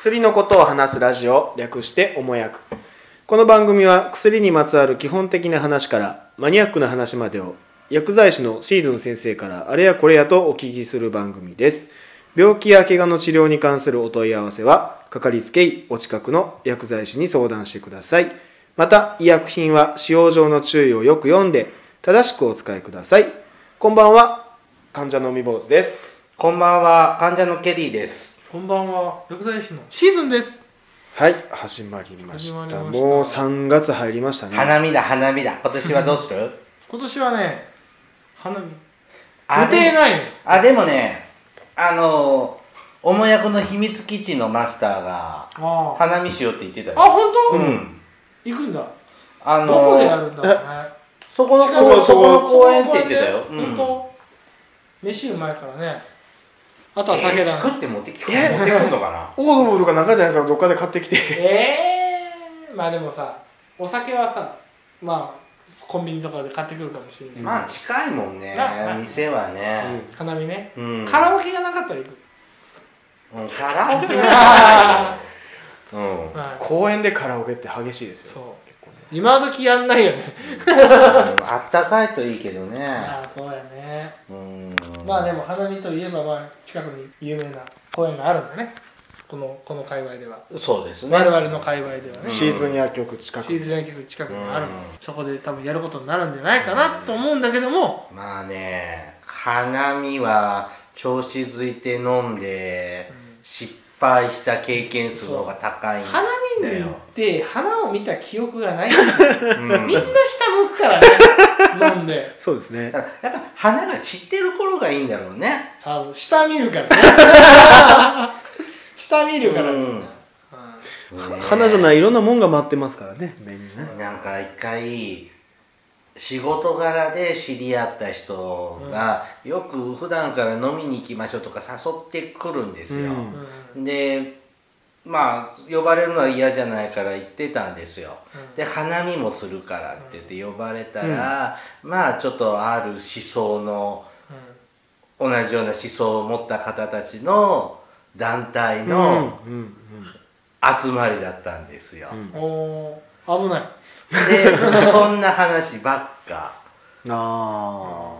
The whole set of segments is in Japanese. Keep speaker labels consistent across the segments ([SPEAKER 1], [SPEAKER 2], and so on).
[SPEAKER 1] 薬のことを話すラジオ略しておもやくこの番組は薬にまつわる基本的な話からマニアックな話までを薬剤師のシーズン先生からあれやこれやとお聞きする番組です病気や怪我の治療に関するお問い合わせはかかりつけ医お近くの薬剤師に相談してくださいまた医薬品は使用上の注意をよく読んで正しくお使いくださいこんばんは患者のみ坊主です
[SPEAKER 2] こんばんは、患者のケリーです。
[SPEAKER 3] こんばんは、薬剤師のシーズンです。
[SPEAKER 1] はい始まりました
[SPEAKER 3] 始まりました
[SPEAKER 1] もう3月入りましたね
[SPEAKER 2] 花見だ、花見だ。今年はどうする
[SPEAKER 3] 今年はね、花見。予
[SPEAKER 2] あ
[SPEAKER 3] 定
[SPEAKER 2] で
[SPEAKER 3] ないの。
[SPEAKER 2] あ、でもね、あの、おもやこの秘密基地のマスターが、
[SPEAKER 3] ああ。
[SPEAKER 2] 花見しようって言ってた
[SPEAKER 3] あ、
[SPEAKER 2] よ。
[SPEAKER 3] 本当、
[SPEAKER 2] うん。
[SPEAKER 3] 行くんだ。
[SPEAKER 2] あ
[SPEAKER 3] どこでや
[SPEAKER 2] の、
[SPEAKER 3] るんだろうね。
[SPEAKER 2] そこの
[SPEAKER 3] 近
[SPEAKER 2] 公
[SPEAKER 3] く
[SPEAKER 2] 園、そこの公園って言ってたよ。うん
[SPEAKER 3] 本当、飯うまいからね。あとは
[SPEAKER 2] え
[SPEAKER 3] 酒
[SPEAKER 2] ー
[SPEAKER 3] だ
[SPEAKER 2] 作
[SPEAKER 3] な。
[SPEAKER 2] って持ってきて、
[SPEAKER 1] え
[SPEAKER 2] 持ってくんのかな
[SPEAKER 1] オードブルか中じゃないですかどっかで買ってきて
[SPEAKER 3] ええまあでもさ、お酒はさ、まあ、コンビニとかで買ってくるかもしれない。
[SPEAKER 2] まあ、近いもんね
[SPEAKER 3] なな、
[SPEAKER 2] 店はね。
[SPEAKER 3] 花見ね。
[SPEAKER 2] うん
[SPEAKER 3] カラオケがなかったら 行く。
[SPEAKER 2] うんカ ラオケはないようん。
[SPEAKER 3] は
[SPEAKER 1] 公園でカラオケって激しいです
[SPEAKER 3] い。
[SPEAKER 1] よ
[SPEAKER 3] そう。今時やんないよね。
[SPEAKER 2] あったかいといいけどね。
[SPEAKER 3] ああ、そうやね。
[SPEAKER 2] うん。
[SPEAKER 3] まあでも花見といえばまあ近くに有名な公園があるんだねこのこの界隈では、
[SPEAKER 2] そうですね。
[SPEAKER 3] 我々の界隈ではね、
[SPEAKER 2] うん
[SPEAKER 3] シ
[SPEAKER 1] シーズン薬局近く
[SPEAKER 3] ーズン野球近くにある、
[SPEAKER 2] うん
[SPEAKER 3] そこで多分やることになるんじゃないかなと思うんだけども、
[SPEAKER 2] まあね花見は調子づいて飲んで失敗した経験数の方が高いんだよ
[SPEAKER 3] 花見に行って花を見た記憶がない
[SPEAKER 2] うん
[SPEAKER 3] みんな
[SPEAKER 2] だ
[SPEAKER 3] 下向くからね飲んで
[SPEAKER 1] そうですね
[SPEAKER 2] からやっぱ花が散ってる頃がいいんだろうね
[SPEAKER 3] さあ下見るからね 下見るから、
[SPEAKER 2] う
[SPEAKER 3] ね
[SPEAKER 2] ん
[SPEAKER 3] うん
[SPEAKER 1] 花じゃないいいろんなもんが待ってますからね便利ね
[SPEAKER 2] なんか一回仕事柄で知り合った人が、よく普段から飲みに行きましょうとか誘ってくるんですよ、
[SPEAKER 1] うん
[SPEAKER 3] うん
[SPEAKER 2] でまあ呼ばれるのは嫌じゃないから行ってたんですよで花見もするからって言って呼ばれたら、まあちょっとある思想の同じような思想を持った方たちの団体の
[SPEAKER 1] うんうん
[SPEAKER 2] 集まりだったんですよ、
[SPEAKER 1] うん
[SPEAKER 3] うんおー危ない
[SPEAKER 2] で そんな話ばっか
[SPEAKER 1] あ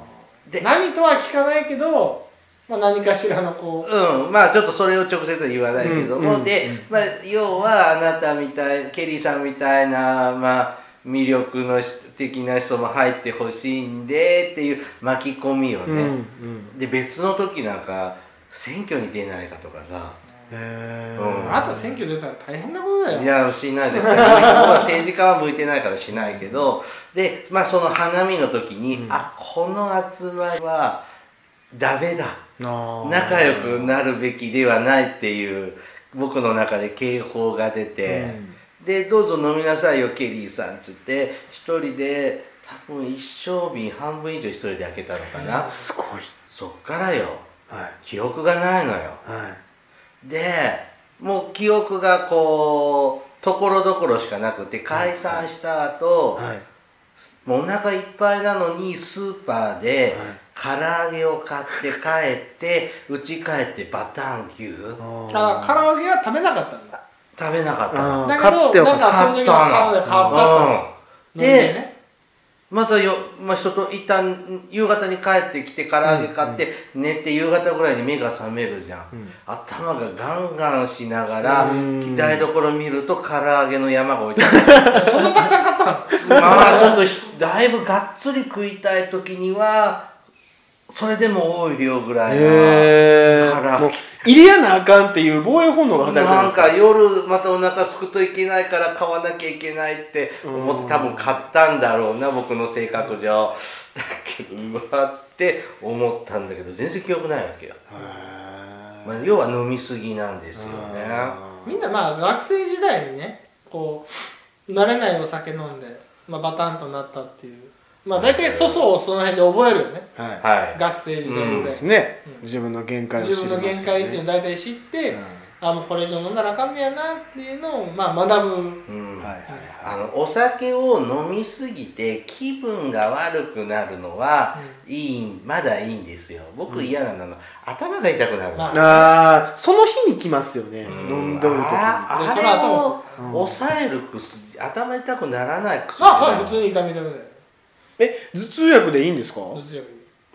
[SPEAKER 2] で
[SPEAKER 3] 何とは聞かないけど、まあ、何かしらのこう
[SPEAKER 2] うんまあちょっとそれを直接は言わないけども、
[SPEAKER 1] うん
[SPEAKER 2] で
[SPEAKER 1] うん、
[SPEAKER 2] まあ、要はあなたみたいケリーさんみたいな、まあ、魅力の人的な人も入ってほしいんでっていう巻き込み
[SPEAKER 1] あ
[SPEAKER 2] をね、
[SPEAKER 1] うんうん
[SPEAKER 2] で別の時なんか選挙に出ないかとかさ
[SPEAKER 1] へ
[SPEAKER 2] うん
[SPEAKER 3] あなた選挙出たら大変なことだよ
[SPEAKER 2] いやしないで僕は政治家は向いてないからしないけどでまあその花見の時に、
[SPEAKER 1] うん
[SPEAKER 2] あこの集まりはダメだ
[SPEAKER 1] な
[SPEAKER 2] 仲良くなるべきではないっていう僕の中で警報が出て。で「どうぞ飲みなさいよケリーさん」っつって一人で多分一生瓶半分以上一人で開けたのかな、
[SPEAKER 3] うん
[SPEAKER 1] すごい
[SPEAKER 2] そっからよ
[SPEAKER 1] はい
[SPEAKER 2] 記憶がないのよ
[SPEAKER 1] はい
[SPEAKER 2] でもう記憶がこうところどころしかなくて解散した後、
[SPEAKER 1] はい
[SPEAKER 2] もうお腹いっぱいなのにスーパーで唐揚げを買って帰って家帰ってバタン牛
[SPEAKER 3] あカラオケは食べなかったんだ
[SPEAKER 2] 食べなかったの
[SPEAKER 1] あー
[SPEAKER 3] だけ
[SPEAKER 1] 買っ
[SPEAKER 3] ど
[SPEAKER 1] ては
[SPEAKER 3] なんかその時のカラオケで買っちゃっ
[SPEAKER 2] うん
[SPEAKER 3] たの飲んでね
[SPEAKER 2] またよ、まあ、人と一旦夕方に帰ってきて唐揚げ買って寝て夕方ぐらいに目が覚めるじゃん、
[SPEAKER 1] うん
[SPEAKER 2] 頭がガンガンしながら
[SPEAKER 1] うん
[SPEAKER 2] 台所見ると唐揚げの山が置いてある
[SPEAKER 3] そんなたくさん買った
[SPEAKER 2] まあちょっとひだいぶがっつり食いたい時にはそれでも多い量ぐらいな
[SPEAKER 1] へえ
[SPEAKER 2] から
[SPEAKER 1] もう入れやなあかんっていう防衛本能が働く
[SPEAKER 2] なん
[SPEAKER 1] じゃ
[SPEAKER 2] か
[SPEAKER 1] ないで
[SPEAKER 2] 夜またお腹すくといけないから買わなきゃいけないって思って多分買ったんだろうな僕の性格上だけどうわって思ったんだけど全然記憶ないわけよ、
[SPEAKER 1] すかへ
[SPEAKER 2] まあ、要は飲みすぎなんですよね
[SPEAKER 1] あー
[SPEAKER 3] みんなまあ学生時代にねこう慣れないお酒飲んで、まあ、バタンとなったっていうまあ大体粗相をその辺で覚えるよね
[SPEAKER 1] はい
[SPEAKER 2] はい
[SPEAKER 3] 学生時代
[SPEAKER 2] うん
[SPEAKER 1] で
[SPEAKER 3] で
[SPEAKER 1] すね
[SPEAKER 3] うん
[SPEAKER 1] 自分の限界を知り
[SPEAKER 3] 自
[SPEAKER 1] ますよ
[SPEAKER 3] 分の
[SPEAKER 1] ね
[SPEAKER 3] 限界っていうのを大体知って、
[SPEAKER 1] うん
[SPEAKER 3] あもうこれ以上飲んだらあかんねやなっていうのを、まあ、学ぶ
[SPEAKER 2] うん
[SPEAKER 1] はいはい
[SPEAKER 2] あのお酒を飲みすぎて気分が悪くなるのは、いいまだいいんですよ僕嫌なのは、頭が痛くなる、
[SPEAKER 3] ま
[SPEAKER 1] あーその日に来ますよね、
[SPEAKER 2] うん
[SPEAKER 1] 飲んどる時に
[SPEAKER 2] あ
[SPEAKER 3] で
[SPEAKER 2] あ
[SPEAKER 3] そ
[SPEAKER 2] れ
[SPEAKER 3] の後
[SPEAKER 2] を
[SPEAKER 1] うん
[SPEAKER 2] 抑える薬頭痛くならない薬
[SPEAKER 3] まあそれは普通に痛み止めだよ
[SPEAKER 1] え頭痛薬でいいんですか
[SPEAKER 3] 頭痛薬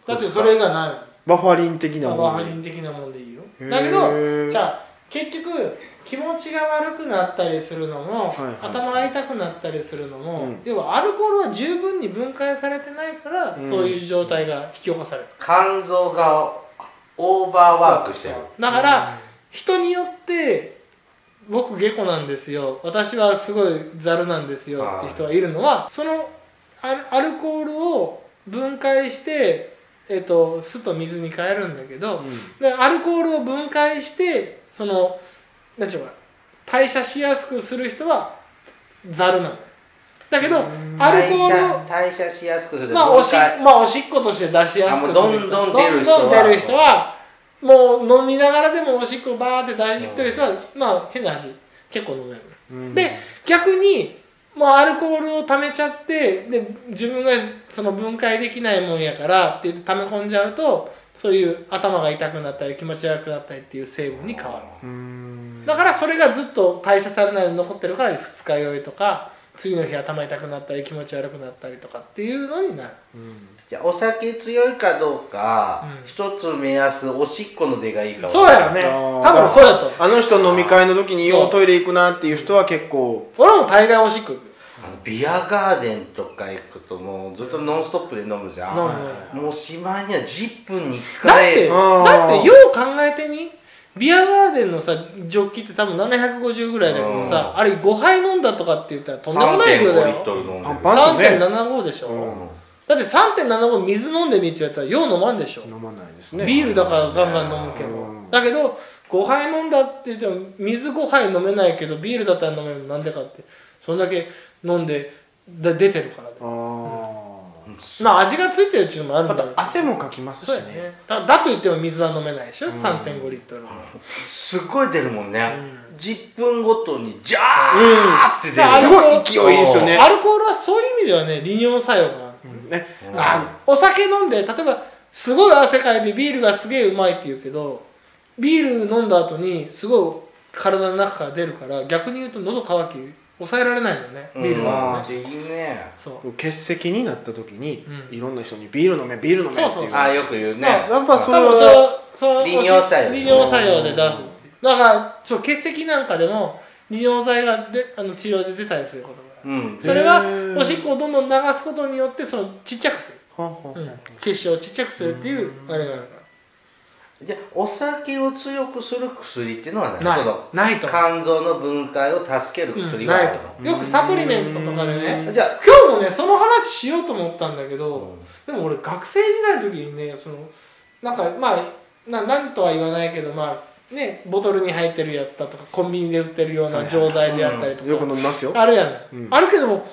[SPEAKER 3] だってそれ以外ないもん
[SPEAKER 1] バファリン的な
[SPEAKER 3] まあ
[SPEAKER 1] も
[SPEAKER 3] バ
[SPEAKER 1] の
[SPEAKER 3] フ
[SPEAKER 1] で
[SPEAKER 3] ァリン的なもんでいいよ
[SPEAKER 1] へー
[SPEAKER 3] だけどじゃあ結局気持ちが悪くなったりするのも、
[SPEAKER 1] はいはい
[SPEAKER 3] 頭が痛くなったりするのも、
[SPEAKER 1] うん
[SPEAKER 3] 要はアルコールは十分に分解されてないから、
[SPEAKER 1] うん
[SPEAKER 3] そういう状態が引き起こされる
[SPEAKER 2] 肝臓がオーバーワークしてる
[SPEAKER 3] だから、人によって僕下戸なんですよ私はすごいざるなんですよって人がいるのはそのアルアルコールを分解して、えっと酢と水に変えるんだけど、
[SPEAKER 1] うん
[SPEAKER 3] でアルコールを分解してその何ていうのかな代謝しやすくする人はざるなのだけ
[SPEAKER 1] う
[SPEAKER 3] ど
[SPEAKER 1] ん
[SPEAKER 3] アルコールを
[SPEAKER 2] 代謝代謝しやすくする
[SPEAKER 3] まあおし,、
[SPEAKER 2] 分解
[SPEAKER 3] まあ、おしっことして出しやすくする人
[SPEAKER 2] あもうどんどん出る人は
[SPEAKER 3] どんどん出る人はもう飲みながらでもおしっこバーって出してる人は、まあ変な話結構飲める
[SPEAKER 1] うん
[SPEAKER 3] で逆にもうアルコールを溜めちゃってで自分がその分解できないもんやからって言って溜め込んじゃうとそういう頭が痛くなったり気持ち悪くなったりっていう成分に変わ
[SPEAKER 1] うーん
[SPEAKER 3] るだからそれがずっと代謝されないで残ってるから二日酔いとか次の日頭痛くなったり気持ち悪くなったりとかっていうのになる
[SPEAKER 1] うん
[SPEAKER 2] じゃあお酒強いかどうか、
[SPEAKER 3] うん
[SPEAKER 2] 一つ目安おしっこの出がいいかも
[SPEAKER 3] そうやろね
[SPEAKER 1] あー
[SPEAKER 3] 多分そうやと
[SPEAKER 1] あの人飲み会の時に
[SPEAKER 3] そう
[SPEAKER 1] ようトイレ行くなっていう人は結構
[SPEAKER 3] 俺も大概おしっこ行く
[SPEAKER 2] あのビアガーデンとか行くともうずっとノンストップで飲むじゃん、
[SPEAKER 3] 飲む
[SPEAKER 2] もうしまいには10分に1
[SPEAKER 3] だっ
[SPEAKER 2] 回
[SPEAKER 3] て、
[SPEAKER 1] あー
[SPEAKER 3] だってよう考えてみビアガーデンのさジョッキって多分750ぐらいだけどさ、あれ5杯飲んだとかって言ったらとんでもない量だ
[SPEAKER 2] 3.5リッ
[SPEAKER 3] よ
[SPEAKER 2] トル飲んでる
[SPEAKER 1] パンパン
[SPEAKER 3] 3.75でしょ、
[SPEAKER 1] うん
[SPEAKER 3] だって3.75水飲んでみって言ったらよう飲まんでしょ、
[SPEAKER 1] 飲まないですね
[SPEAKER 3] ビールだからガンガン飲むけど、
[SPEAKER 1] うん
[SPEAKER 3] だけど5杯飲んだって言っても水5杯飲めないけどビールだったら飲めるのなんでかってそんだけ飲んでだ出てるからで
[SPEAKER 1] あー
[SPEAKER 3] まあ味がついてるっていうのもあるんだ
[SPEAKER 1] あ
[SPEAKER 3] けど
[SPEAKER 1] と汗もかきますし
[SPEAKER 3] そうや
[SPEAKER 1] ね
[SPEAKER 3] ねだだと言っても水は飲めないでしょ、
[SPEAKER 1] ん
[SPEAKER 3] 3.5リットルの
[SPEAKER 2] すっごい出るもんね、
[SPEAKER 3] う
[SPEAKER 2] 10分ごとにジャーって出る、
[SPEAKER 3] うん
[SPEAKER 1] すごい勢いいいですよね
[SPEAKER 3] アルコールはそういう意味ではね利尿作用がある、
[SPEAKER 1] うんね
[SPEAKER 2] うん
[SPEAKER 1] あ
[SPEAKER 3] お酒飲んで例えばすごい汗かいてビールがすげえうまいって言うけどビール飲んだ後にすごい体の中から出るから逆に言うと喉乾き抑えられないんだよねビー
[SPEAKER 2] う
[SPEAKER 3] ル
[SPEAKER 2] ん
[SPEAKER 3] が、
[SPEAKER 1] は
[SPEAKER 2] あーいいね
[SPEAKER 3] そう
[SPEAKER 1] 欠席になった時に
[SPEAKER 3] うん
[SPEAKER 1] いろんな人にビール飲めビール飲めっていう
[SPEAKER 3] そうそうそう
[SPEAKER 2] あーよく言うね
[SPEAKER 1] あやっぱ
[SPEAKER 3] 多
[SPEAKER 1] それ
[SPEAKER 3] 分そ
[SPEAKER 1] は
[SPEAKER 3] のその
[SPEAKER 2] 利尿作用
[SPEAKER 3] 利尿作用で出すだからそう血石なんかでも利尿剤がであの治療で出たりすることがある
[SPEAKER 2] うん
[SPEAKER 3] それ
[SPEAKER 1] へ
[SPEAKER 3] は
[SPEAKER 1] ー
[SPEAKER 3] おしっこをどんどん流すことによってそのちっちゃくする、
[SPEAKER 1] はんはんは
[SPEAKER 3] うんん、結晶をちっちゃくするっていうあれがあるか
[SPEAKER 2] じゃあお酒を強くする薬っていうのはない
[SPEAKER 3] ら
[SPEAKER 2] その
[SPEAKER 3] ないないと思う
[SPEAKER 2] 肝臓の分解を助ける
[SPEAKER 3] うん
[SPEAKER 2] 薬はあ
[SPEAKER 3] な
[SPEAKER 2] る
[SPEAKER 3] い
[SPEAKER 2] の
[SPEAKER 3] と、思うよくサプリメントとかでね
[SPEAKER 1] うん
[SPEAKER 2] じゃ
[SPEAKER 3] 今日もねその話しようと思ったんだけ
[SPEAKER 2] あ、
[SPEAKER 3] ど、でも俺学生時代の時にねそのなんかまあななんとは言わないけどまあねボトルに入ってるやつだとかコンビニで売ってるような錠剤であったりとか、
[SPEAKER 1] よく飲みますよ
[SPEAKER 3] あるやない、
[SPEAKER 1] うん
[SPEAKER 3] あるけども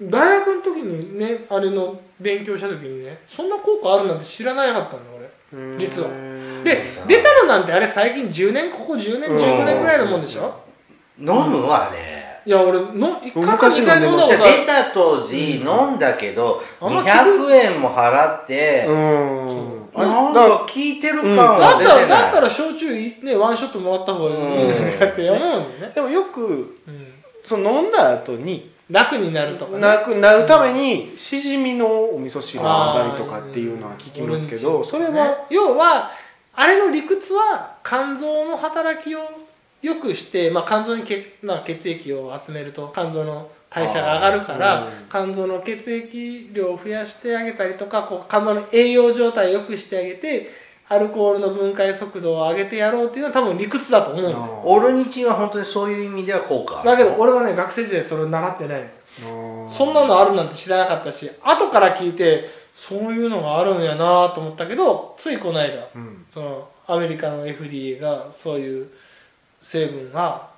[SPEAKER 3] 大学の時にねあれの勉強した時にねそんな効果あるなんて知らなかったんだ俺実はで
[SPEAKER 2] うん
[SPEAKER 3] 出たのなんてあれ最近10年ここ10年
[SPEAKER 1] うん
[SPEAKER 3] 15年ぐらいのもんでしょ、
[SPEAKER 2] 飲むわね、
[SPEAKER 3] いや俺の1回か
[SPEAKER 1] 昔
[SPEAKER 3] 2
[SPEAKER 1] の
[SPEAKER 3] 回飲
[SPEAKER 1] う
[SPEAKER 3] んだこ
[SPEAKER 2] じゃ
[SPEAKER 3] と
[SPEAKER 2] あ
[SPEAKER 3] あ
[SPEAKER 2] 出
[SPEAKER 3] る
[SPEAKER 2] た当時飲んだけど、
[SPEAKER 3] うん
[SPEAKER 2] 200円も払って、
[SPEAKER 1] うんあれ
[SPEAKER 2] なん
[SPEAKER 1] だから
[SPEAKER 2] か効いてる感は
[SPEAKER 3] だっ
[SPEAKER 2] 出
[SPEAKER 3] たら
[SPEAKER 2] て
[SPEAKER 3] だった
[SPEAKER 2] ない
[SPEAKER 3] ら焼酎いねワンショットもらった方がいいんだって思うのね、
[SPEAKER 1] でもよく
[SPEAKER 3] うん、
[SPEAKER 1] その飲んだ後に
[SPEAKER 3] 楽になるとかね
[SPEAKER 1] なくなるためにしじみのお味噌汁を飲んだりとかっていうのは聞きますけ
[SPEAKER 3] う
[SPEAKER 1] ど
[SPEAKER 3] ん
[SPEAKER 1] それは
[SPEAKER 3] 要はあれの理屈は肝臓の働きを良くして、まあ、肝臓に血な血液を集めると肝臓の代謝が上がるから、
[SPEAKER 1] あ
[SPEAKER 3] 肝臓の血液量を増やしてあげたりとかこう肝臓の栄養状態を良くしてあげてアルコールの分解速度を上げてやろうっていうのは多分理屈だと思うの
[SPEAKER 2] オルニチンは本当にそういう意味では効果ある
[SPEAKER 3] だけど俺はね学生時代それを習ってないのそん
[SPEAKER 1] な
[SPEAKER 3] なのあるなんて知らなかったし後から聞いてそういうのがあるんやなと思ったけどついこの間そのアメリカの FDA がそういう成分が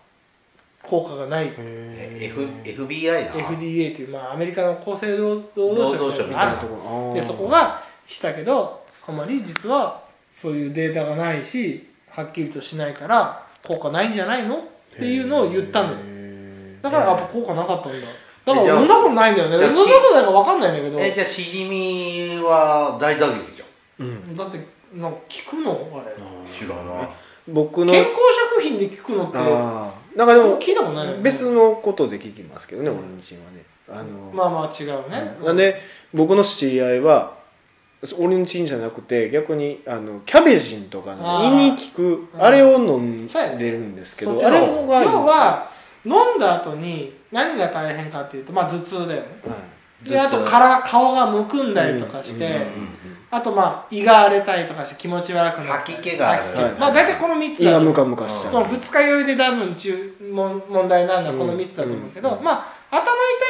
[SPEAKER 3] 効果がない
[SPEAKER 2] え F FBI だ
[SPEAKER 3] FDA という、まあ、アメリカの厚生労働
[SPEAKER 2] 労
[SPEAKER 3] 省
[SPEAKER 2] 働省
[SPEAKER 3] み
[SPEAKER 2] み
[SPEAKER 3] た
[SPEAKER 2] たい
[SPEAKER 3] い
[SPEAKER 2] な
[SPEAKER 3] なの
[SPEAKER 1] と
[SPEAKER 3] が
[SPEAKER 1] こ
[SPEAKER 3] あ
[SPEAKER 1] ろ
[SPEAKER 3] るでそこがしたけどあまり実はそういうデータがないしはっきりとしないから効果ないんじゃないのっていうのを言ったんだよ
[SPEAKER 1] へー
[SPEAKER 3] だから
[SPEAKER 2] へー
[SPEAKER 3] あ効果なかったんだだか
[SPEAKER 2] えじゃあ
[SPEAKER 3] ら飲んだことないんだよね
[SPEAKER 2] じゃ
[SPEAKER 3] 飲
[SPEAKER 2] あ
[SPEAKER 3] んだことないから分かんないんだけど
[SPEAKER 2] えじゃあしじみは大打撃じゃん
[SPEAKER 1] うん
[SPEAKER 3] だってなんか聞くのあれ
[SPEAKER 2] 知らない
[SPEAKER 1] 僕の
[SPEAKER 3] 健康食品で聞くのって
[SPEAKER 1] ああなんかでも
[SPEAKER 3] 聞いたことないよね
[SPEAKER 1] 別のことで聞きますけどね、
[SPEAKER 3] うん
[SPEAKER 1] 俺のチームはねあの、
[SPEAKER 3] まあまあ違うね、
[SPEAKER 1] うんなんで僕の知り合いは俺のチームじゃなくて逆にあのキャベジンとか
[SPEAKER 3] あ
[SPEAKER 1] の
[SPEAKER 3] ー
[SPEAKER 1] 胃に効く
[SPEAKER 3] うん
[SPEAKER 1] あれを飲ん
[SPEAKER 3] そうやね
[SPEAKER 1] でるんですけ
[SPEAKER 3] そ
[SPEAKER 1] ど
[SPEAKER 3] っちの
[SPEAKER 1] あれ
[SPEAKER 2] 方
[SPEAKER 1] もがいいんですよ
[SPEAKER 3] 要は飲んだ後に何が大変かっていうとまあ頭痛だよねであ
[SPEAKER 2] 頭痛
[SPEAKER 3] とから顔がむくんだりとかして、
[SPEAKER 1] うんうん
[SPEAKER 3] あとまあ胃が荒れたりとかして気持ち悪くなった
[SPEAKER 2] 吐
[SPEAKER 3] り
[SPEAKER 2] き気がある
[SPEAKER 3] 吐き気まあ大体この3つ
[SPEAKER 1] 胃が
[SPEAKER 3] だと
[SPEAKER 1] ムカムカしちゃう
[SPEAKER 3] その二日酔いで多分中問問題なんだこの3つだと思うけど、
[SPEAKER 1] うんうん
[SPEAKER 3] まあ頭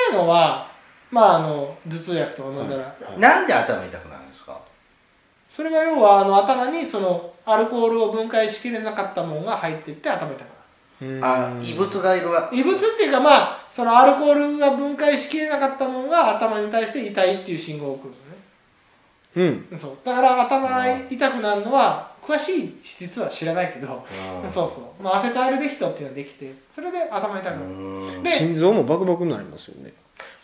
[SPEAKER 3] 痛いのはまああの頭痛薬とか飲んだら、
[SPEAKER 2] なんで頭痛くなるんですか
[SPEAKER 3] それは要はあの頭にそのアルコールを分解しきれなかったものが入っていって頭痛くなる
[SPEAKER 1] うん
[SPEAKER 2] あ異物がいるわ
[SPEAKER 3] 異物っていうかまあそのアルコールが分解しきれなかったものが頭に対して痛いっていう信号を送るのね
[SPEAKER 1] うん
[SPEAKER 3] そうだから頭が痛くなるのは詳しい実は知らないけど、そうそう、まあ、アセトアルデヒドっていうのができてそれで頭痛くなる、
[SPEAKER 2] うん
[SPEAKER 3] で
[SPEAKER 1] 心臓もバクバクになりますよね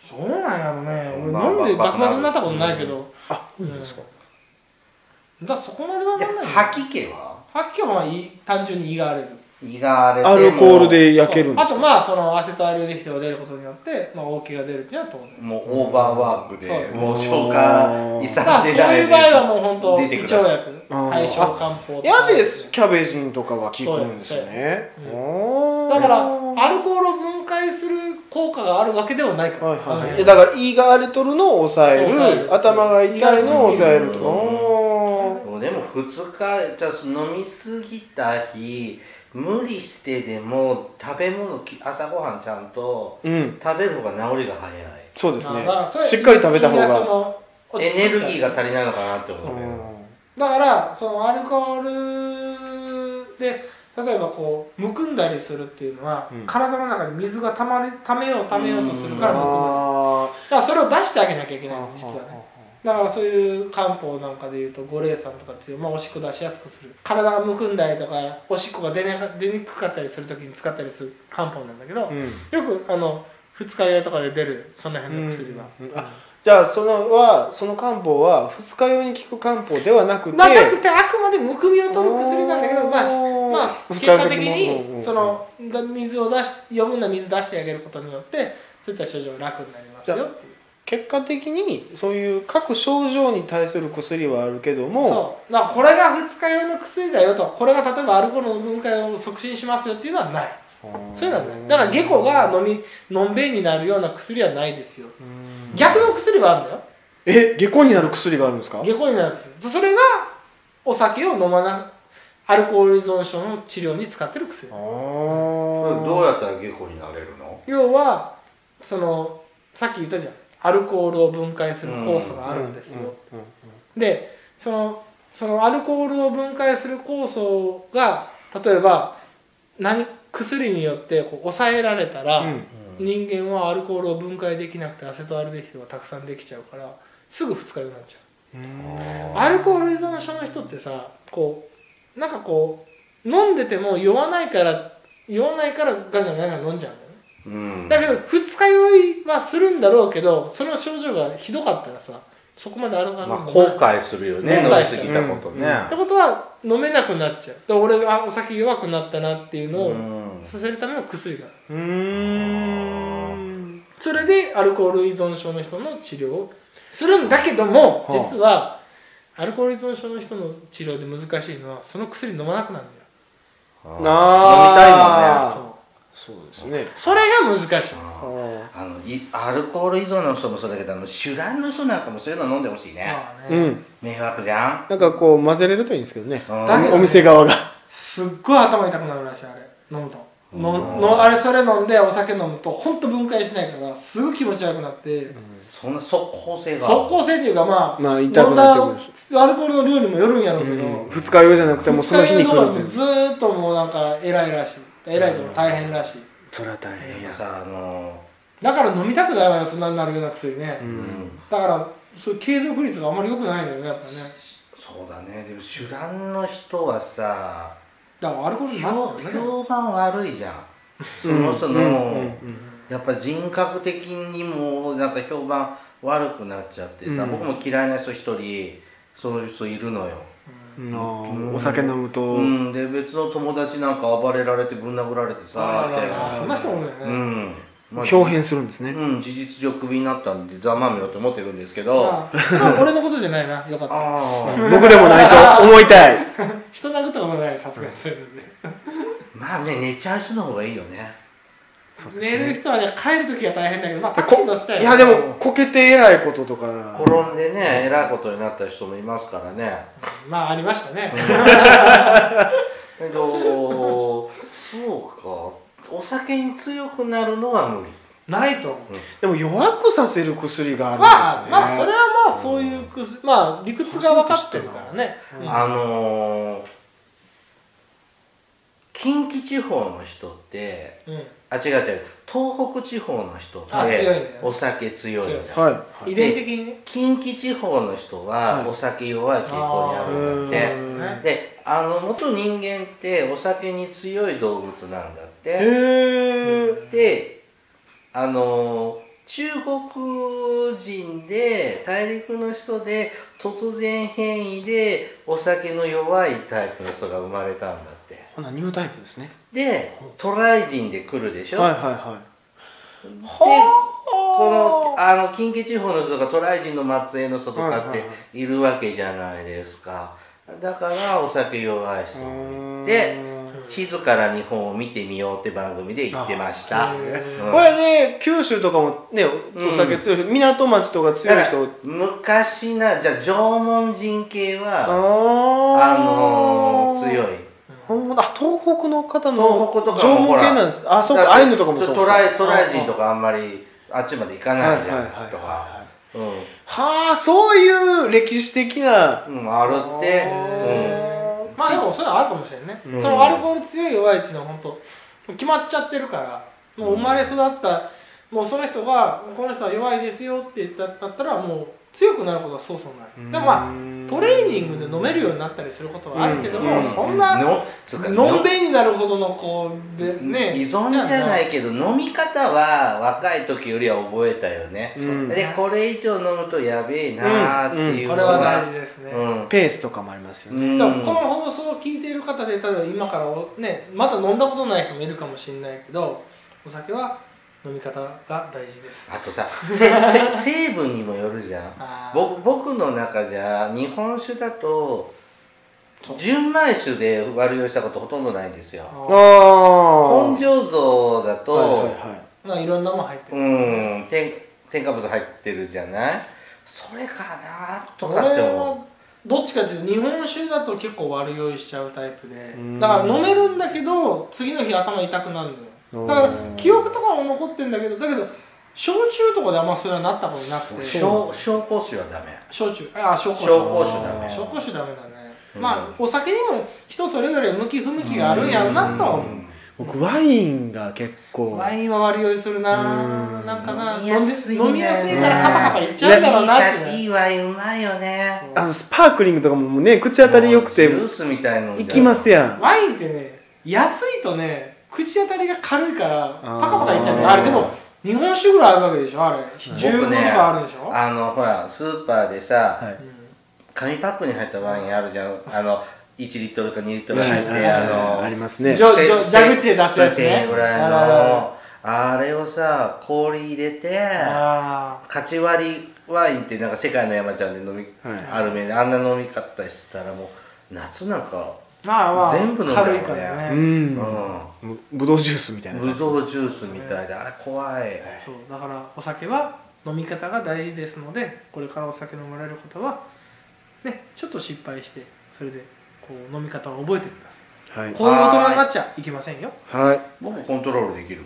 [SPEAKER 3] そうなんやろね
[SPEAKER 2] まあ
[SPEAKER 3] 俺飲んで
[SPEAKER 2] バ
[SPEAKER 3] バ
[SPEAKER 2] ク
[SPEAKER 3] ク
[SPEAKER 2] バ
[SPEAKER 3] バ
[SPEAKER 2] ク
[SPEAKER 3] クになったことないけど、
[SPEAKER 1] あ
[SPEAKER 3] うん
[SPEAKER 1] いいですか
[SPEAKER 3] だからそこまでは
[SPEAKER 2] で
[SPEAKER 3] なんないはっ
[SPEAKER 2] 吐き気は
[SPEAKER 3] きりはまあい単純に胃が荒れる
[SPEAKER 2] 胃が荒れて
[SPEAKER 1] アルコールで焼けるんで
[SPEAKER 3] あ
[SPEAKER 1] す
[SPEAKER 3] と
[SPEAKER 1] か
[SPEAKER 3] まあそのアセトアルデヒドが出ることによって、まあ、大きが出るっていうのは当然
[SPEAKER 2] もうオーバーワークで
[SPEAKER 3] そう
[SPEAKER 2] もう消化遺
[SPEAKER 3] だから
[SPEAKER 2] 産
[SPEAKER 3] そ
[SPEAKER 2] で
[SPEAKER 3] ういう場合はもう本当
[SPEAKER 2] 出
[SPEAKER 3] 胃
[SPEAKER 2] てくだ
[SPEAKER 3] 腸
[SPEAKER 2] さい
[SPEAKER 3] 薬
[SPEAKER 1] あー
[SPEAKER 3] 対症漢方と
[SPEAKER 1] 嫌
[SPEAKER 3] か
[SPEAKER 1] ですキャベジンとかは効くんですよね
[SPEAKER 3] そうです
[SPEAKER 1] おー
[SPEAKER 3] だからアルコールを分解する効果があるわけではないから、
[SPEAKER 1] はいはい
[SPEAKER 3] あ
[SPEAKER 1] は
[SPEAKER 3] の
[SPEAKER 1] い、えだから胃が荒れとるのを抑え
[SPEAKER 3] そう抑え
[SPEAKER 1] る
[SPEAKER 3] る
[SPEAKER 1] 頭が痛いのを抑える
[SPEAKER 2] そうそう
[SPEAKER 1] お
[SPEAKER 2] もうでも2日じゃあ飲みすぎた日無理してでも食べ物き朝ごはんちゃんと
[SPEAKER 1] ーうん
[SPEAKER 2] 食べる方が治りが早い
[SPEAKER 1] そうですね
[SPEAKER 3] だからそれ
[SPEAKER 1] しっかり食べた方
[SPEAKER 3] みんなそ
[SPEAKER 1] が
[SPEAKER 3] の落ち着く
[SPEAKER 2] エネルギーが足りないのかなって
[SPEAKER 1] う
[SPEAKER 2] 思うんだよ
[SPEAKER 1] ん
[SPEAKER 3] だからそのアルコールで例えばこうむくんだりするっていうのは、
[SPEAKER 1] うん
[SPEAKER 3] 体の中に水がたまりためようためようとするからむくんだ
[SPEAKER 1] あ
[SPEAKER 3] りだからそれを出してあげなきゃいけ
[SPEAKER 1] ー
[SPEAKER 3] ないの実はねだからそういう漢方なんかでいうと五苓散とかっていう、まあ、おしっこ出しやすくする体がむくんだりとかおしっこが出,、ね、出にくかったりする時に使ったりする漢方なんだけど、
[SPEAKER 1] うん
[SPEAKER 3] よくあの二日酔いとかで出るその辺の薬は、
[SPEAKER 1] うんうんあじゃあそのはその漢方は二日用に効く漢方ではなくて
[SPEAKER 3] まあ、なくてあくまでむくみを取る薬なんだけどまあ
[SPEAKER 1] おー
[SPEAKER 3] まあ、
[SPEAKER 1] 二
[SPEAKER 3] 結
[SPEAKER 1] 日の
[SPEAKER 3] 果的
[SPEAKER 1] うんうんうん
[SPEAKER 3] にそのだ水を出し余分な水出してあげることによってそういった症状が楽になりますよっていう
[SPEAKER 1] 結果的にそういう各症状に対する薬はあるけども
[SPEAKER 3] そうだからこれが二日酔いの薬だよとこれが例えばアルコールの分解を促進しますよっていうのはないそういうのはないだから下戸が飲みのんべんになるような薬はないですよ
[SPEAKER 1] うん
[SPEAKER 3] 逆の薬はあるんだよ
[SPEAKER 1] え下戸になる薬があるんですか
[SPEAKER 3] 下戸になる薬そそれがお酒を飲まなアルコール依存症の治療に使ってる薬
[SPEAKER 1] あー
[SPEAKER 2] どうやったら下校になれるの
[SPEAKER 3] 要はそのさっき言ったじゃんアルコールを分解する酵素があるんですよ、
[SPEAKER 1] うんうん
[SPEAKER 3] でそのそのアルコールを分解する酵素が例えば何薬によってこう抑えられたら、
[SPEAKER 1] うん
[SPEAKER 3] 人間はアルコールを分解できなくてアセトアルデヒドがたくさんできちゃうからすぐ二日酔いになっちゃうアルコール依存症の人ってさこうなんかこう飲んでても酔わないから酔わないからガンガンガンガン飲んじゃうんだよね
[SPEAKER 2] うん
[SPEAKER 3] だけど二日酔いはするんだろうけどその症状がひどかったらさそこまであるか
[SPEAKER 2] まあ
[SPEAKER 3] な
[SPEAKER 2] 後悔するよね飲
[SPEAKER 3] 後
[SPEAKER 2] み
[SPEAKER 3] 悔し
[SPEAKER 2] す
[SPEAKER 3] ちゃう
[SPEAKER 2] ぎたことね
[SPEAKER 3] ってことは飲めなくなっちゃうだから俺があお酒弱くなったなっていうの
[SPEAKER 2] う
[SPEAKER 3] を
[SPEAKER 2] ん
[SPEAKER 3] させるための薬がある
[SPEAKER 1] うーん
[SPEAKER 3] それでアルコール依存症の人の治療をするんだけども
[SPEAKER 1] はあ
[SPEAKER 3] 実はアルコール依存症の人の治療で難しいのはその薬飲まなくなるんだよ
[SPEAKER 1] あー
[SPEAKER 2] あ
[SPEAKER 1] そ
[SPEAKER 3] そ
[SPEAKER 1] うですね
[SPEAKER 3] うそれが難しいう
[SPEAKER 2] 飲みたいもんね
[SPEAKER 1] あー
[SPEAKER 2] あのいアルコール依存の人もそうだけどあの酒乱の人なんかもそういうの飲んでほしいね
[SPEAKER 3] まあ
[SPEAKER 1] う
[SPEAKER 3] ね
[SPEAKER 1] ん
[SPEAKER 2] 迷惑じゃん
[SPEAKER 1] なんかこう混ぜれるといいんですけどね
[SPEAKER 2] うん
[SPEAKER 3] だけど
[SPEAKER 1] お店側が
[SPEAKER 3] すっごい頭痛くなるらしいあれ飲むとの
[SPEAKER 2] うん
[SPEAKER 3] のあれそれ飲んでお酒飲むと本当分解しないからすぐ気持ち悪くなって
[SPEAKER 2] そんな即効性が
[SPEAKER 3] 即効性っていうかまあ
[SPEAKER 1] まあ痛くなってくるし
[SPEAKER 3] アルコールの量にもよるんやろうけど、
[SPEAKER 1] うん二日酔いじゃなくてもうその日に来るん
[SPEAKER 3] 二日酔
[SPEAKER 1] で
[SPEAKER 3] いの方がもう
[SPEAKER 1] す
[SPEAKER 3] ずーっともうなんか偉いらしい偉いとか大変らしい
[SPEAKER 1] それは大
[SPEAKER 2] い
[SPEAKER 1] 変
[SPEAKER 2] や
[SPEAKER 1] や
[SPEAKER 2] さあの
[SPEAKER 3] だから飲みたくないわよそんなになるような薬ね、
[SPEAKER 1] う
[SPEAKER 2] うん
[SPEAKER 1] ん
[SPEAKER 3] だからそういう継続率があんまり良くないんだよねやっぱね
[SPEAKER 2] そうだねでも手段の人はさ
[SPEAKER 3] だからアルコールにますよ
[SPEAKER 2] 評
[SPEAKER 3] ね
[SPEAKER 2] 評判悪いじゃんその人の、やっぱ人格的にもなんか評判悪くなっちゃってさ、
[SPEAKER 1] うん
[SPEAKER 2] 僕も嫌いな人一人そういう人いるのよ、
[SPEAKER 1] うんうん、お酒飲むと、
[SPEAKER 2] うん、で別の友達なんか暴れられてぶん殴られてさ
[SPEAKER 3] あらららそんな人多いよね
[SPEAKER 2] ってうんまあ
[SPEAKER 1] 表変するんですね、
[SPEAKER 2] うん、事実上クビになったんでざまみろと思ってるんですけどあ
[SPEAKER 3] まあそれは俺のことじゃないなよかった
[SPEAKER 2] あー
[SPEAKER 1] 僕でもないと思いたい
[SPEAKER 3] 人殴ったことないさすがにそういうので
[SPEAKER 2] まあね寝ちゃう人の方がいいよね
[SPEAKER 3] 寝る人はね帰る時が大変だけどまあタクシー乗せた
[SPEAKER 1] い
[SPEAKER 3] よ
[SPEAKER 1] やでもこけてえらいこととか
[SPEAKER 2] 転んでねえらいことになった人もいますからね
[SPEAKER 3] まあありましたね
[SPEAKER 2] えっとそうかお酒に強くなるのは無理
[SPEAKER 3] ないと思う
[SPEAKER 1] でも弱くさせる薬があ
[SPEAKER 3] ま
[SPEAKER 1] るんですね、
[SPEAKER 3] あまあそれはまあそういうくすまあ理屈が分かってるからね
[SPEAKER 1] うん
[SPEAKER 2] あのー近畿地方の人って
[SPEAKER 3] うんうん
[SPEAKER 2] あ違う違う東北地方の人っ
[SPEAKER 3] あ強いんだよ
[SPEAKER 2] てお酒強いんだよ
[SPEAKER 1] はい、
[SPEAKER 3] 遺伝的にね
[SPEAKER 2] 近畿地方の人
[SPEAKER 1] はい
[SPEAKER 2] はお酒弱い傾向にあるんだって、
[SPEAKER 1] うん
[SPEAKER 3] ね
[SPEAKER 2] であの元人間ってお酒に強い動物なんだっ
[SPEAKER 1] へえ
[SPEAKER 2] て、であの中国人で大陸の人で突然変異でお酒の弱いタイプの人が生まれたんだって
[SPEAKER 1] ほなニュータイプですね
[SPEAKER 2] で渡来人で来るでしょ、
[SPEAKER 1] はいはいはい
[SPEAKER 2] でこ
[SPEAKER 1] は
[SPEAKER 2] のあの近畿地方の人とか渡来人の末裔の人とか
[SPEAKER 1] はい
[SPEAKER 2] っ
[SPEAKER 1] はいは
[SPEAKER 2] ているわけじゃないですかだからお酒弱い人もいて地図から日本を見てみようって番組で言ってました、
[SPEAKER 3] あー
[SPEAKER 2] うん
[SPEAKER 1] これね九州とかもねお酒強い人、港町とか強い
[SPEAKER 2] だから
[SPEAKER 1] 人
[SPEAKER 2] 昔なじゃあ縄文人系
[SPEAKER 1] あ
[SPEAKER 2] は
[SPEAKER 1] あ
[SPEAKER 2] あのー強
[SPEAKER 1] い
[SPEAKER 2] い
[SPEAKER 1] あ東北の方の
[SPEAKER 2] 東北とか
[SPEAKER 1] 縄
[SPEAKER 2] もほ
[SPEAKER 1] 文
[SPEAKER 2] ら
[SPEAKER 1] 系なんですあそう
[SPEAKER 2] だって
[SPEAKER 1] かアイヌとかもそうか
[SPEAKER 2] トライトライ人とかあんまりあっちまで行か
[SPEAKER 1] はいはい
[SPEAKER 2] な
[SPEAKER 1] はいい
[SPEAKER 2] じゃんとか
[SPEAKER 1] は
[SPEAKER 2] うん
[SPEAKER 1] いはあそういう歴史的な
[SPEAKER 2] うんあるって
[SPEAKER 3] へーまあでもそれはあるかもしれんね、
[SPEAKER 1] うん
[SPEAKER 3] そのアルコール強い弱いっていうのは本当もう決まっちゃってるからもう生まれ育った、もうその人がこの人は弱いですよって言っただったらもう強くなることはそうそうない、でもまあトレーニングで飲めるようになったりすることはあるけども、
[SPEAKER 1] うん
[SPEAKER 3] そん
[SPEAKER 2] うん
[SPEAKER 3] な
[SPEAKER 2] のつうか
[SPEAKER 3] のんべんになるほどのこうでね
[SPEAKER 2] 依存じゃないいけど飲み方は若い時よりは覚えたよね、
[SPEAKER 1] うん
[SPEAKER 2] でこれ以上飲むとやべえなーっていう
[SPEAKER 3] こ
[SPEAKER 2] の
[SPEAKER 3] れは大
[SPEAKER 2] が
[SPEAKER 3] 事ですね、
[SPEAKER 2] うん
[SPEAKER 1] ペースとかもありますよね
[SPEAKER 2] うん
[SPEAKER 3] だからこの放送を聞いている方で例えば今からおねまだ飲んだことない人もいるかもしれないけどお酒は飲み方が大事です
[SPEAKER 2] あとさせせ成分にもよるじゃん
[SPEAKER 3] あー
[SPEAKER 2] 僕僕の中じゃ日本酒だと純米酒で割り用したことほとんどないんですよ
[SPEAKER 1] あ
[SPEAKER 3] あ
[SPEAKER 1] あ
[SPEAKER 2] 本醸造だと、
[SPEAKER 3] ーまあいろんなもん入ってる
[SPEAKER 2] うん添添加物入ってるじゃないそれかなと
[SPEAKER 3] 俺
[SPEAKER 2] かって思う
[SPEAKER 3] はどっちかっていうと日本酒だと結構悪酔いしちゃうタイプで
[SPEAKER 1] うん
[SPEAKER 3] だから飲めるんだけど次の日頭痛くなるのよだから
[SPEAKER 1] うん
[SPEAKER 3] 記憶とかも残ってんだけどだけど焼酎とかであんまそれはなったことなくて
[SPEAKER 2] 紹紹興酒はダメ
[SPEAKER 3] 焼酎ああ紹興酒
[SPEAKER 2] 紹興酒ダメ
[SPEAKER 3] 紹興酒ダメだね、
[SPEAKER 2] うん
[SPEAKER 3] まあお酒にも人それぞれ向き不向きがあるんやろなとは思う、
[SPEAKER 1] 僕ワインが結構
[SPEAKER 3] ワインは割り酔いするな、
[SPEAKER 1] うん
[SPEAKER 3] なんかな
[SPEAKER 2] 飲みや
[SPEAKER 3] 飲み
[SPEAKER 2] すいね
[SPEAKER 3] 飲みやすいからカパカパいっちゃうんだろうなって
[SPEAKER 2] いい
[SPEAKER 3] ね
[SPEAKER 2] ワインうまいよね
[SPEAKER 1] あのスパークリングとかもね口当たり良くて
[SPEAKER 2] ジュースみたいの
[SPEAKER 1] いきます
[SPEAKER 2] よ
[SPEAKER 1] やん
[SPEAKER 3] ワインってね安いとね口当たりが軽いから
[SPEAKER 1] あー
[SPEAKER 3] パカパカいっちゃうんだよあれでも日本酒ぐらいあるわけでしょあれ十分
[SPEAKER 2] 僕
[SPEAKER 3] と
[SPEAKER 2] ね
[SPEAKER 3] かあるでしょ、
[SPEAKER 2] あのほらスーパーでさ、
[SPEAKER 1] はい
[SPEAKER 2] 紙パックに入ったワインあるじゃんあの1リットルか2リットル入って、
[SPEAKER 1] はいはい
[SPEAKER 2] あ
[SPEAKER 1] はい
[SPEAKER 2] の
[SPEAKER 1] あります
[SPEAKER 3] うん、
[SPEAKER 1] ね
[SPEAKER 3] じょじょ蛇口で出すやつ
[SPEAKER 2] 1000
[SPEAKER 3] ね
[SPEAKER 2] 円ぐらい
[SPEAKER 3] あららら
[SPEAKER 2] のあれをさ氷入れて
[SPEAKER 3] あ
[SPEAKER 2] カチ割りワインってなんか世界の山ちゃんで飲み、
[SPEAKER 1] はい
[SPEAKER 2] あるめであんな飲み方したらもう夏なんか、
[SPEAKER 3] ーまあまあ
[SPEAKER 2] 全部飲むよね
[SPEAKER 3] 軽いから
[SPEAKER 1] う
[SPEAKER 3] ね、
[SPEAKER 1] ん
[SPEAKER 2] うん
[SPEAKER 1] ぶどうジュースみたいな
[SPEAKER 2] ぶ
[SPEAKER 1] 感じ
[SPEAKER 2] どうジュースみたいであれ怖い、
[SPEAKER 3] そうだからお酒は飲み方が大事ですのでこれからお酒飲まれる方は、ね、ちょっと失敗してそれでこう飲み方を覚えてくださ
[SPEAKER 1] はい
[SPEAKER 3] いこういう大人になっちゃいけませんよ
[SPEAKER 1] はい
[SPEAKER 2] 僕コントロールできる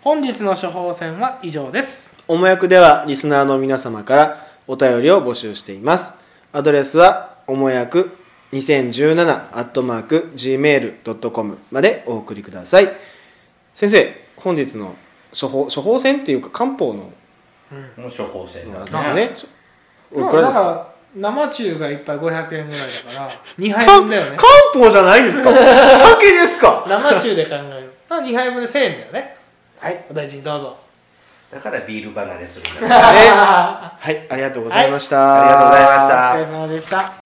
[SPEAKER 3] 本日の処方箋は以上です
[SPEAKER 1] おもやくではリスナーの皆様からお便りを募集していますアドレスはおもやく2017アットマーク gmail.com までお送りください先生本日の処方処方箋っていうか漢方の
[SPEAKER 3] うん
[SPEAKER 2] もう処方箋
[SPEAKER 1] なん
[SPEAKER 2] だ
[SPEAKER 1] です
[SPEAKER 2] ね
[SPEAKER 1] ね、
[SPEAKER 3] ま
[SPEAKER 1] おい
[SPEAKER 3] あ
[SPEAKER 1] くら
[SPEAKER 3] だ
[SPEAKER 1] ですか
[SPEAKER 3] から生中が一杯500円ぐらいだから2杯分だよね
[SPEAKER 1] 漢方じゃないですか酒ですか
[SPEAKER 3] 生中で考えると2杯分で1000円だよねはいお大事にどうぞ
[SPEAKER 2] だからビール離れするんだ
[SPEAKER 1] ね
[SPEAKER 3] あ
[SPEAKER 1] はいありがとうございました、
[SPEAKER 2] ありがとうございました
[SPEAKER 3] ーお疲れ様でした